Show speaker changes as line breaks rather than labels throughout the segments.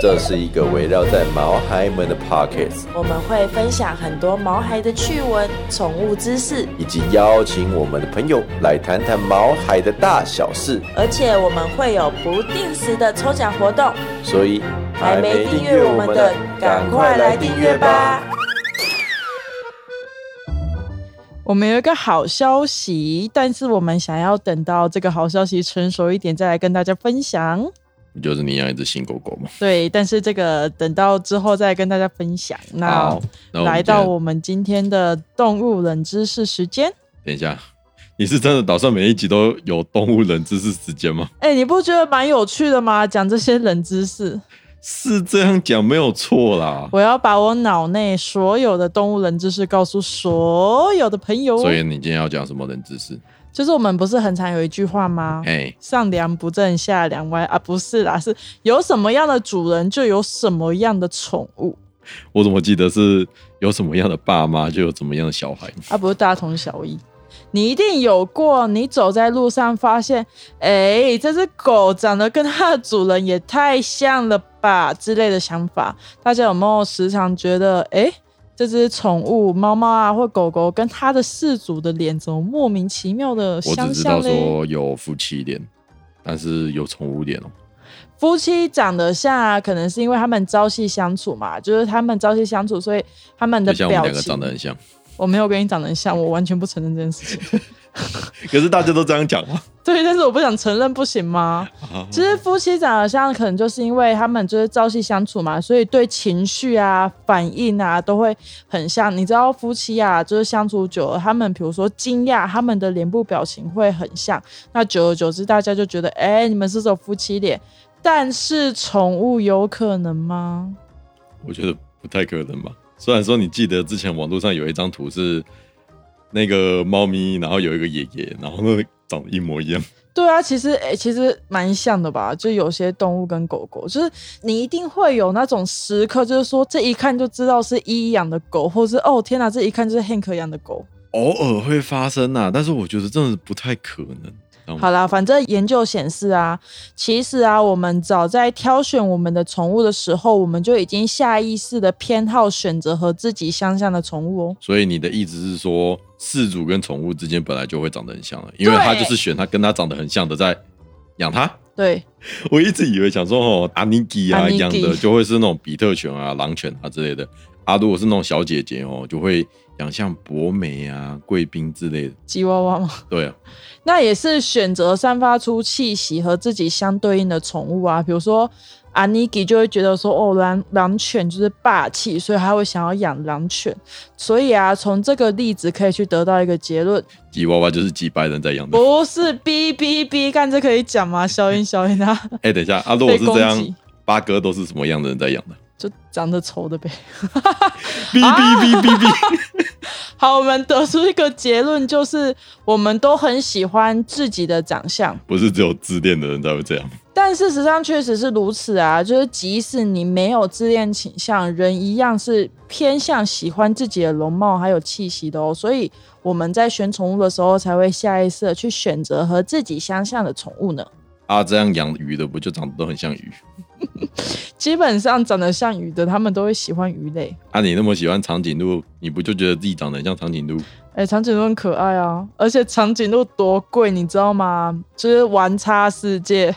这是一个围绕在毛孩们的 Pockets，
我们会分享很多毛孩的趣闻、宠物知识，
以及邀请我们的朋友来谈谈毛孩的大小事。
而且我们会有不定时的抽奖活动。
所以
还没订阅我们的，赶快来订阅吧！！
我们有一个好消息，但是我们想要等到这个好消息成熟一点再来跟大家分享。
就是你养一只新狗狗嘛。
对，但是这个等到之后再跟大家分享。那
好那我们
来
今天
到我们今天的动物冷知识时间。
等一下，你是真的打算每一集都有动物冷知识时间吗？
哎、你不觉得蛮有趣的吗？讲这些冷知识，
是这样讲没有错啦。
我要把我脑内所有的动物冷知识告诉所有的朋友。哦
所以你今天要讲什么冷知识？
就是我们不是很常有一句话吗？
哎，
上梁不正下梁歪啊，不是啦，是有什么样的主人就有什么样的宠物
我怎么记得是有什么样的爸妈就有怎么样的小孩？
啊，不是大同小异。你一定有过，你走在路上发现，哎、这只狗长得跟它的主人也太像了吧之类的想法。大家有没有时常觉得，哎、这只宠物猫猫啊或狗狗跟它的饲主的脸怎么莫名其妙的
我
相
只知
像
道
嘞？
说有夫妻脸，但是有宠物脸哦、
夫妻长得像啊，可能是因为他们朝夕相处嘛，就是他们朝夕相处，所以他们的
就像我们
表
两个
情。
长得很像。
我没有跟你长得很像，我完全不承认这件事情。
可是大家都这样讲吗？
对，但是我不想承认，不行吗？
啊
其实夫妻长得像，可能就是因为他们就是朝夕相处嘛，所以对情绪啊、反应啊都会很像。你知道夫妻啊，就是相处久了，他们比如说惊讶，他们的脸部表情会很像。那久而久之，大家就觉得，哎、你们是这种夫妻脸。但是宠物有可能吗？
我觉得不太可能吧。虽然说你记得之前网络上有一张图是那个猫咪，然后有一个爷爷，然后呢长得一模一样。
对啊，其实诶、其实蛮像的吧。就有些动物跟狗狗，就是你一定会有那种时刻，就是说这一看就知道是依依养的狗，或是哦天哪，这一看就是 Hank 养的狗。
偶尔会发生呐、但是我觉得真的不太可能。嗯
好啦，反正研究显示啊，其实啊，我们早在挑选我们的宠物的时候，我们就已经下意识的偏好选择和自己相像的宠物哦。
所以你的意思是说，饲主跟宠物之间本来就会长得很像了，因为他就是选他跟他长得很像的在养他。
对，
我一直以为想说哦，阿尼基啊
Aniki
养的就会是那种比特犬啊、狼犬啊之类的。啊，如果是那种小姐姐哦，就会养像博美啊、贵宾之类的。
吉娃娃嘛，
对啊，
那也是选择散发出气息和自己相对应的宠物啊，比如说阿尼基就会觉得说，哦，狼狼犬就是霸气，所以他会想要养狼犬。所以啊，从这个例子可以去得到一个结论，
吉娃娃就是几百人在养的。
不是哔哔哔，干这可以讲吗？消音消音啊，
哎、等一下啊，如果是这
被攻击
样，八哥都是什么样的人在养的？
就长得丑的呗。
哔哔哔哔哔。
好，我们得出一个结论，就是我们都很喜欢自己的长相。
不是只有自恋的人才会这样。
但事实上确实是如此啊，就是即使你没有自恋倾向，人一样是偏向喜欢自己的容貌还有气息的哦。所以我们在选宠物的时候，才会下意识的去选择和自己相像的宠物呢。
啊，这样养鱼的不就长得都很像鱼？
基本上长得像鱼的，他们都会喜欢鱼类。
啊，你那么喜欢长颈鹿，你不就觉得自己长得很像长颈鹿？
哎、长颈鹿很可爱啊，而且长颈鹿多贵，你知道吗？就是玩叉世界、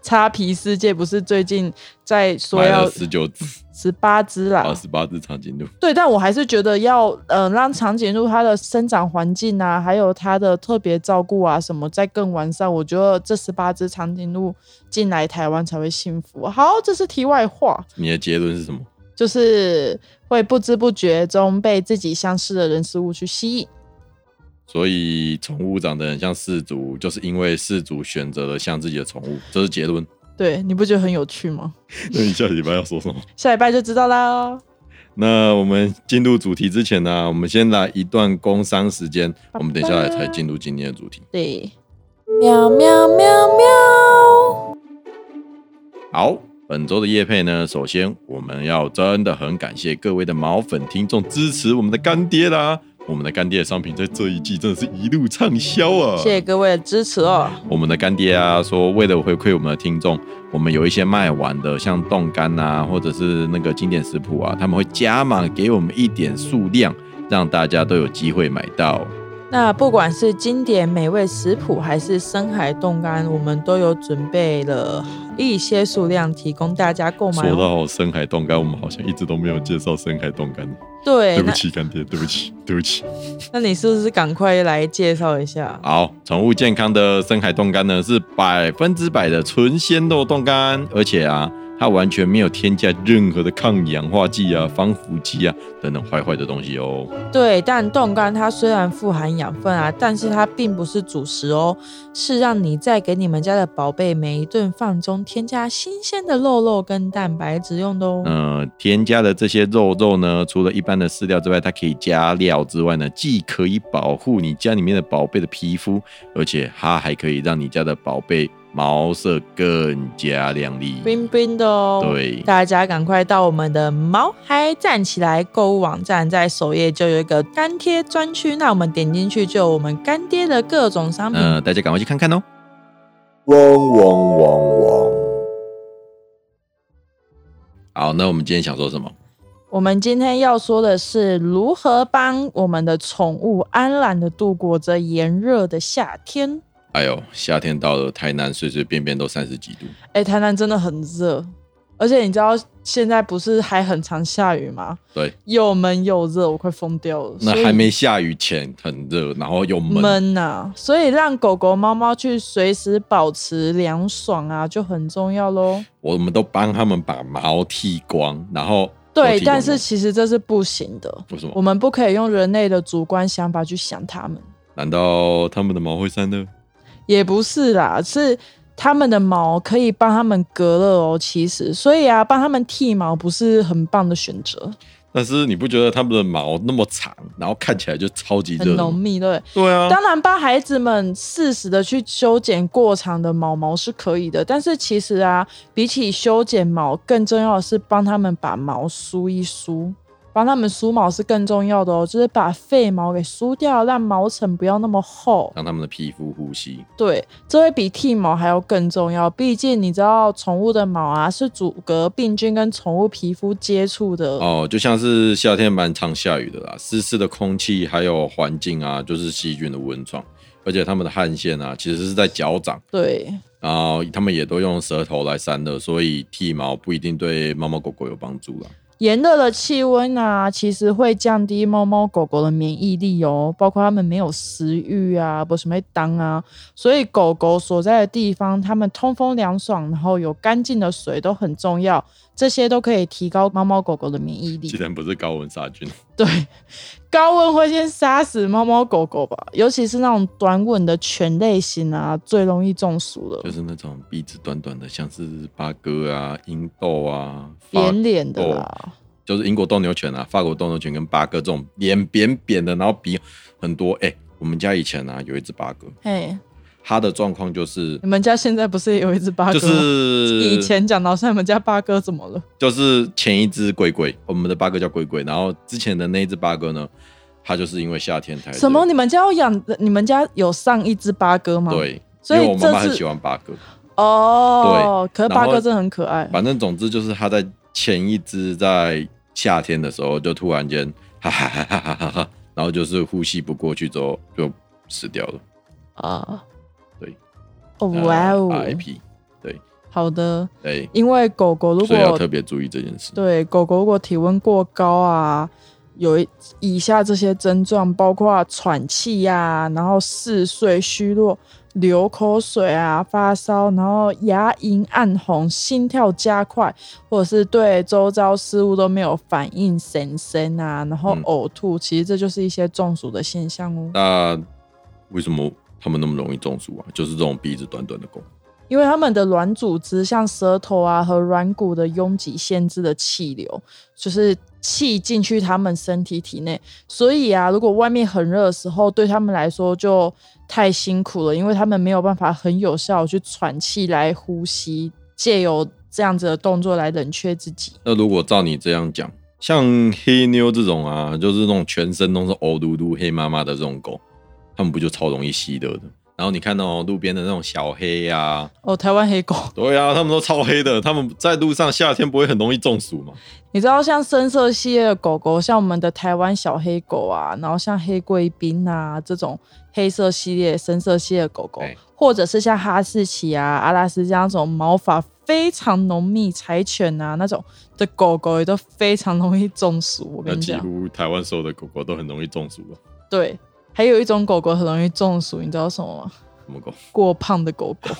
叉皮世界，不是最近在说
买
要
了哦十九只、
十八只啦，
二十八只长颈鹿，
对，但我还是觉得要呃让长颈鹿它的生长环境啊，还有它的特别照顾啊什么再更完善。我觉得这十八只长颈鹿进来台湾才会幸福。好，这是题外话，
你的结论是什么？
就是会不知不觉中被自己相似的人事物去吸引。
所以宠物长得很像饲主，就是因为饲主选择了像自己的宠物，这是结论。
对，你不觉得很有趣吗？
那你下礼拜要说什么？
下礼拜就知道啦。 哦
那我们进入主题之前呢、我们先来一段工商时间，我们等一下来才进入今天的主题。
对，
喵喵喵喵，
好，本周的夜配呢，首先我们要真的很感谢各位的毛粉听众支持我们的干爹啦！我们的干爹的商品在这一季真的是一路畅销啊！
谢谢各位的支持哦。
我们的干爹啊，说为了回馈我们的听众，我们有一些卖完的，像冻干啊，或者是那个经典食谱啊，他们会加码给我们一点数量，让大家都有机会买到。
哦那不管是经典美味食谱还是深海冻干，我们都有准备了一些数量提供大家购买
说
哦。
到深海冻干，我们好像一直都没有介绍深海冻干，
对，
对不
那
起干爹，对不起，对不起。
那你是不是赶快来介绍一下？
好，宠物健康的深海冻干呢是百分之百的纯鲜肉冻干，而且啊，它完全没有添加任何的抗氧化剂啊、防腐剂啊等等坏坏的东西哦。
对，但冻干它虽然富含养分啊，但是它并不是主食哦，是让你在给你们家的宝贝每一顿饭中添加新鲜的肉肉跟蛋白质用的哦。
呃，添加的这些肉肉呢，除了一般的饲料之外，它可以加料之外呢，既可以保护你家里面的宝贝的皮肤，而且它还可以让你家的宝贝毛色更加亮丽。
冰冰的哦，
对
大家赶快到我们的毛孩站起来购物网站，在首页就有一个干爹专区，那我们点进去就有我们干爹的各种商品。
那、呃大家赶快去看看哦。
嗡嗡嗡嗡。
好，那我们今天想说什么？
我们今天要说的是如何帮我们的宠物安然的度过这炎热的夏天。
哎呦，夏天到了，台南随随便便都三十几度。
哎、台南真的很热，而且你知道现在不是还很常下雨吗？
对，
又闷又热，我快疯掉了。
那
所以
还没下雨前很热，然后又闷。
闷呐、所以让狗狗、猫猫去随时保持凉爽啊，就很重要喽。
我们都帮他们把毛剃光，然后都
对，
剃光
但是
了
其实这是不行的，
为什
我
么？
们不可以用人类的主观想法去想它们。
难道他们的毛会散热？
也不是啦，是它们的毛可以帮它们隔热哦。其实，所以啊，帮它们剃毛不是很棒的选择，
但是你不觉得他们的毛那么长，然后看起来就超级
很
热的
浓
吗？
密，对。
对啊，
当然，帮孩子们适时的去修剪过长的毛毛是可以的，但是其实啊，比起修剪毛，更重要的是帮他们把毛梳一梳，帮他们梳毛是更重要的哦，就是把废毛给梳掉，让毛层不要那么厚。
让他们的皮肤呼吸。
对，这会比剃毛还要更重要，毕竟你知道，宠物的毛啊是阻隔病菌跟宠物皮肤接触的。
哦，就像是夏天蛮常下雨的啦，湿湿的空气还有环境啊，就是细菌的温床，而且他们的汗腺啊，其实是在脚掌。
对，
然后他们也都用舌头来散热，所以剃毛不一定对猫猫狗狗有帮助啦。
炎热的气温啊，其实会降低猫猫狗狗的免疫力哦，包括它们没有食欲啊，不什么当啊，所以狗狗所在的地方，它们通风凉爽，然后有干净的水都很重要，这些都可以提高猫猫狗狗的免疫
嗯既
力。
然不是高温杀菌，
对，高温会先杀死猫猫狗狗吧，尤其是那种短吻的犬类型啊，最容易中暑了
就，是那种鼻子短短的，像是八哥啊、英斗啊、法
扁脸的
狗
啦。
就是英国斗牛犬啊、法国斗牛犬跟八哥这种脸扁扁的，然后鼻很多。哎、我们家以前啊有一只八哥，
嘿，
它的状况就是
你们家现在不是也有一只八哥
就
吗？
是
以前讲到，现在你们家八哥怎么了？
就是前一只龟龟，我们的八哥叫龟龟，然后之前的那一只八哥呢，它就是因为夏天太热
什么？你们家有养？你们家有上一只八哥吗？，
对，
所以
因为我妈妈
这是
很喜欢八哥。
哦，可是
然
八
后
哥真的很可爱。
反正总之就是它在前一只在夏天的时候，就突然间哈哈哈哈哈哈哈，然后就是呼吸不过去之后就死掉了。
啊，
对，哎
哦哇哦，
，RIP，
好的，
对，
因为狗狗如
所以要
果
特别注意这件事。
对狗狗如果体温过高啊，有一以下这些症状，包括喘气呀、然后嗜睡、虚弱、流口水啊、发烧，然后牙龈暗红、心跳加快，或者是对周遭事物都没有反应、神神啊，然后
嗯
呕吐，其实这就是一些中暑的现象哦。
那为什么它们那么容易中暑啊？就是这种鼻子短短的狗。
因为它们的软组织像舌头啊和软骨的拥挤限制了气流，就是气进去它们身体体内。所以啊，如果外面很热的时候，对它们来说就太辛苦了，因为它们没有办法很有效的去喘气来呼吸，借由这样子的动作来冷却自己。
那如果照你这样讲，像黑妞这种啊，就是那种全身都是欧嘟嘟、黑妈妈的这种狗，它们不就超容易吸得的？然后你看到哦路边的那种小黑啊，
哦，台湾黑狗，
对啊，它们都超黑的，它们在路上夏天不会很容易中暑嘛？
你知道像深色系列的狗狗，像我们的台湾小黑狗啊，然后像黑贵宾啊这种黑色系列、深色系列的狗狗，
对
或者是像哈士奇啊、阿拉斯加那种毛发非常浓密、柴犬啊那种的狗狗，也都非常容易中暑。我
那
跟你
几
讲，
乎台湾所有的狗狗都很容易中暑啊吧？
对，还有一种狗狗很容易中暑，你知道什么吗？
什么狗？
过胖的狗 狗，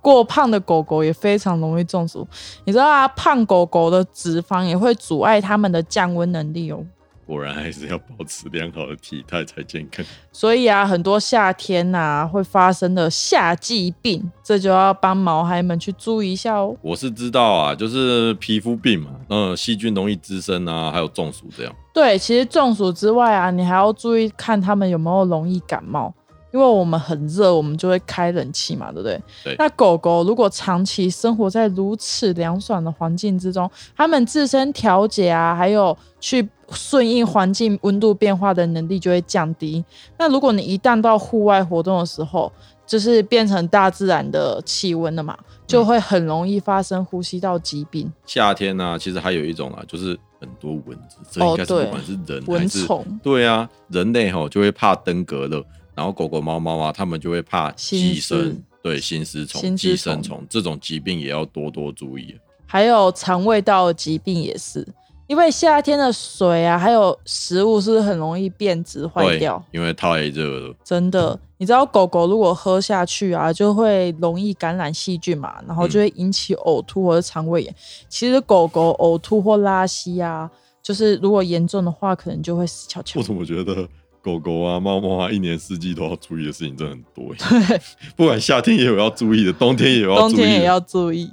过胖的狗狗也非常容易中暑。你知道啊，胖狗狗的脂肪也会阻碍它们的降温能力哦。
果然还是要保持良好的体态才健康。
所以啊，很多夏天呐、会发生的夏季病，这就要帮毛孩们去注意一下哦。
我是知道啊，就是皮肤病嘛，嗯，细菌容易滋生啊，还有中暑这样。
对，其实中暑之外啊，你还要注意看它们有没有容易感冒，因为我们很热，我们就会开冷气嘛，对不对？
对
那狗狗如果长期生活在如此凉爽的环境之中，它们自身调节啊，还有去顺应环境温度变化的能力就会降低。那如果你一旦到户外活动的时候，就是变成大自然的气温了嘛，
嗯
就会很容易发生呼吸道疾病。
夏天呢、其实还有一种啊，就是很多蚊子，这
哦
应该是
对
不管是人还
蚊
是、
虫
对啊，人类吼就会怕登革热，然后狗狗、猫猫啊，它们就会怕
心
寄
丝
生，对，心丝虫、
心丝
寄生
虫
虫这种疾病也要多多注意。
还有肠胃道的疾病也是，因为夏天的水啊，还有食物是很容易变质坏
对
掉，，
因为太热了，
真的。你知道狗狗如果喝下去啊，就会容易感染细菌嘛，然后就会引起呕吐或者肠胃炎。其实狗狗呕吐或拉稀啊，就是如果严重的话，可能就会死翘翘
我。怎么觉得狗狗啊、猫猫啊，一年四季都要注意的事情真的很多耶。 不管夏天也有要注意的，冬天也有要
冬
注意的。
天也要注意。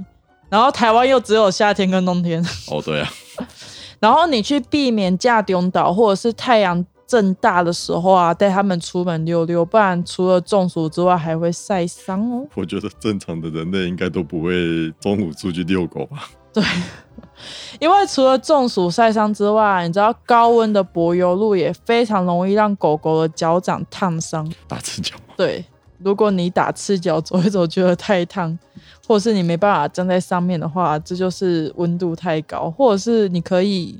然后台湾又只有夏天跟冬天，
哦，对啊，
然后你去避免架丢倒或者是太阳正大的时候啊，带他们出门溜溜，不然除了中暑之外，还会晒伤哦。
我觉得正常的人类应该都不会中午出去遛狗吧？
因为除了中暑晒伤之外，你知道高温的柏油路也非常容易让狗狗的脚掌烫伤。
打赤脚吗？
对，如果你打赤脚走一走觉得太烫，或者是你没办法站在上面的话，这就是温度太高，或者是你可以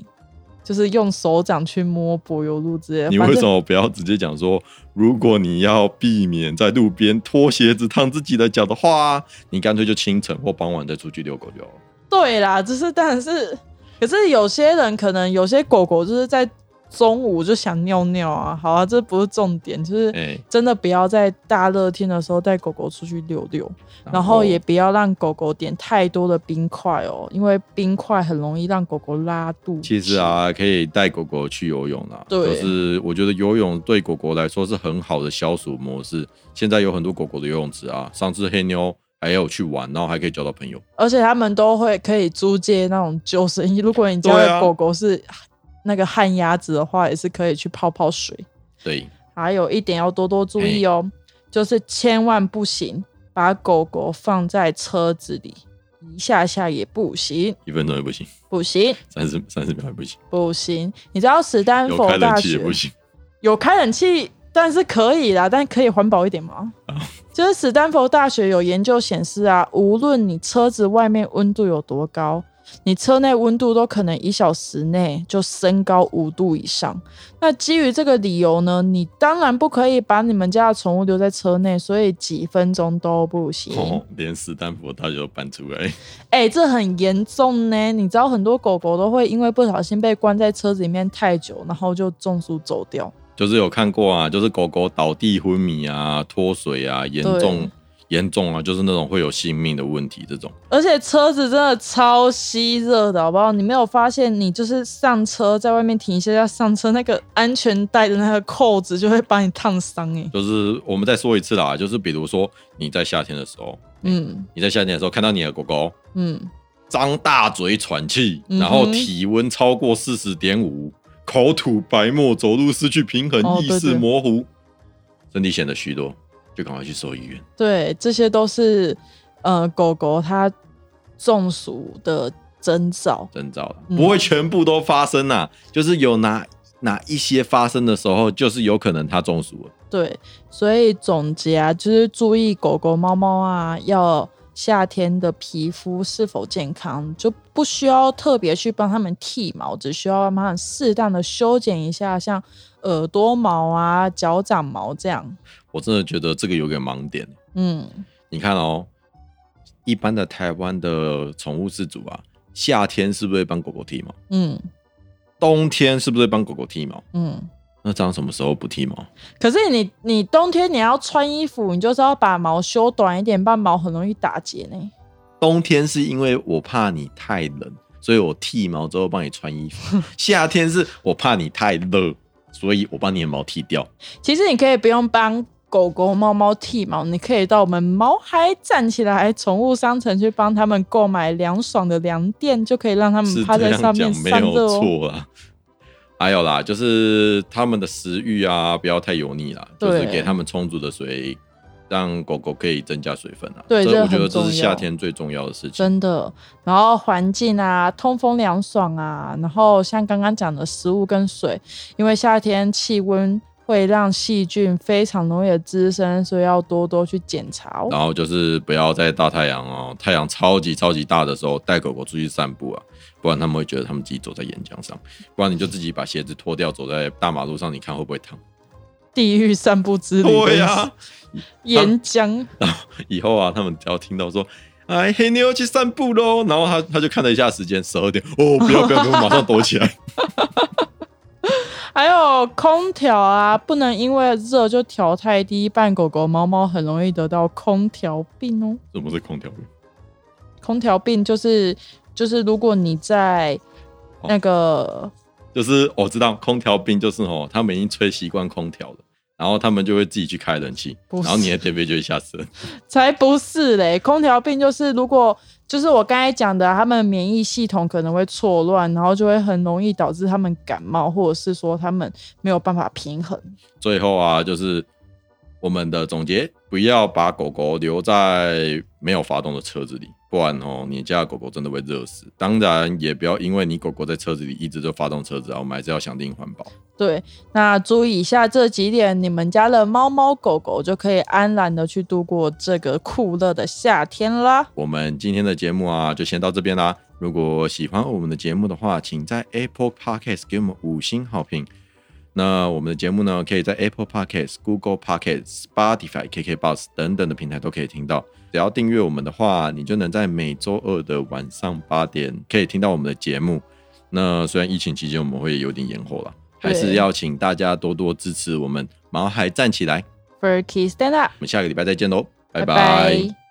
就是用手掌去摸柏油路之类的。
你
反
为
正
什么不要直接讲说，如果你要避免在路边脱鞋子烫自己的脚的话，你干脆就清晨或傍晚再出去遛狗就好了。
对啦，就是当然是，可是有些人可能有些狗狗就是在中午就想尿尿啊，好啊，这不是重点，就是
哎、
真的不要在大热天的时候带狗狗出去溜溜，然后也不要让狗狗点太多的冰块哦，因为冰块很容易让狗狗拉肚。
其实，啊，可以带狗狗去游泳啦。
对
就是我觉得游泳对狗狗来说是很好的消暑模式。现在有很多狗狗的游泳池啊，上次黑妞还有去玩，然后还可以交到朋友。
而且他们都会可以租借那种救生衣，如果你家
对啊
的狗狗是那个旱鸭子的话，也是可以去泡泡水。
对，
还有一点要多多注
哎
意哦，就是千万不行把狗狗放在车子里，一下下也不行，
一分钟也不行，
不行，
三十三十秒也不行，
不行。你知道史丹
有
佛
开冷
大
气也
学
不行。
有开冷气，但是可以啦，但可以环保一点嘛。就是史丹佛大学有研究显示啊，无论你车子外面温度有多高，你车内温度都可能一小时内就升高五度以上。那基于这个理由呢，你当然不可以把你们家的宠物留在车内，所以几分钟都不行。
哦，连斯坦福大学都搬出来，
哎、这很严重呢。你知道很多狗狗都会因为不小心被关在车子里面太久，然后就中暑走掉。
就是有看过啊，就是狗狗倒地昏迷啊、脱水啊，严重
对
严重啊，就是那种会有性命的问题这种。
而且车子真的超吸热的，好不好？你没有发现，你就是上车在外面停一下下上车，那个安全带的那个扣子就会把你烫伤哎。
就是我们再说一次啦，就是比如说你在夏天的时候，
嗯
你在夏天的时候看到你的狗狗
嗯，
张大嘴喘气，
嗯哼
然后体温超过四十点五，口吐白沫，走路失去平衡，
哦
意
对
识
对
模糊，身体显得虚弱，就赶快去兽医院。
对，这些都是呃狗狗它中暑的征兆。
征兆，
嗯
不会全部都发生呐、就是有哪哪一些发生的时候，就是有可能它中暑了。
对，所以总结啊，就是注意狗狗、猫猫啊，要夏天的皮肤是否健康，就不需要特别去帮它们剃毛，只需要帮它们适当的修剪一下，像耳朵毛啊、脚掌毛这样。
我真的觉得这个有个盲点。
嗯，
你看哦，一般的台湾的宠物饲主啊，夏天是不是会帮狗狗剃毛？
嗯
冬天是不是会帮狗狗剃毛？
嗯，
那这样什么时候不剃毛？
可是你你冬天你要穿衣服，你就是要把毛修短一点，不然毛很容易打结呢。
冬天是因为我怕你太冷，所以我剃毛之后帮你穿衣服； 夏天是我怕你太热，所以我帮你的毛剃掉。
其实你可以不用帮狗狗、猫猫剃毛，你可以到我们毛孩站起来宠物商城去帮他们购买凉爽的凉垫，就可以嗯让他
是
们趴
这
在
样
上面
讲没
散热
有
哦。
错啦。还有啦，就是他们的食欲啊，不要太油腻啦，就是
对
给他们充足的水，让狗狗可以增加水分啊。
对这
这
个
我觉得
很
这
重
是
要
夏天最重要的事情。
真的，然后环境啊，通风凉爽啊，然后像刚刚讲的食物跟水，因为夏天气温会让细菌非常容易的滋生，所以要多多去检查哦。
然后就是不要在大太阳哦，太阳超级超级大的时候带狗狗出去散步啊，不然他们会觉得他们自己走在岩浆上，不然你就自己把鞋子脱掉走在大马路上，你看会不会烫？
地狱散步之旅，
对啊呀、
岩浆，
以后啊，他们只要听到说。哎，黑妞去散步喽，然后他他就看了一下时间，十二点，哦，不要不要，不要，马上躲起来。
还有空调啊，不能因为热就调太低，不然狗狗、猫猫很容易得到空调病哦。
什么是空调？
空调病就是就是，如果你在那个、
就是我知道空调兵就是哦，他们已经吹习惯空调了，然后他们就会自己去开冷气，
不
然
是
后你的天杯就会吓死人。
才不是嘞，空调病就是如果就是我刚才讲的，他们免疫系统可能会错乱，然后就会很容易导致他们感冒，或者是说他们没有办法平衡。
最后啊，就是我们的总结，不要把狗狗留在没有发动的车子里，不然哦，你家的狗狗真的会热死。当然，也不要因为你狗狗在车子里一直就发动车子啊，我们还是要想定环保。
对，那注意以下这几点，你们家的猫猫狗狗就可以安然的去度过这个酷热的夏天啦。
我们今天的节目啊，就先到这边啦。如果喜欢我们的节目的话，请在 Apple Podcast 给我们五星好评。那我们的节目呢，可以在 Apple Podcast、Google Podcast、Spotify、KKBox 等等的平台都可以听到。只要订阅我们的话，你就能在每周二的晚上八点可以听到我们的节目。那虽然疫情期间我们会有点延后了，还是
对
要请大家多多支持我们毛孩站起来。
Furky stand up，
我们下个礼拜再见喽，拜
拜
拜
拜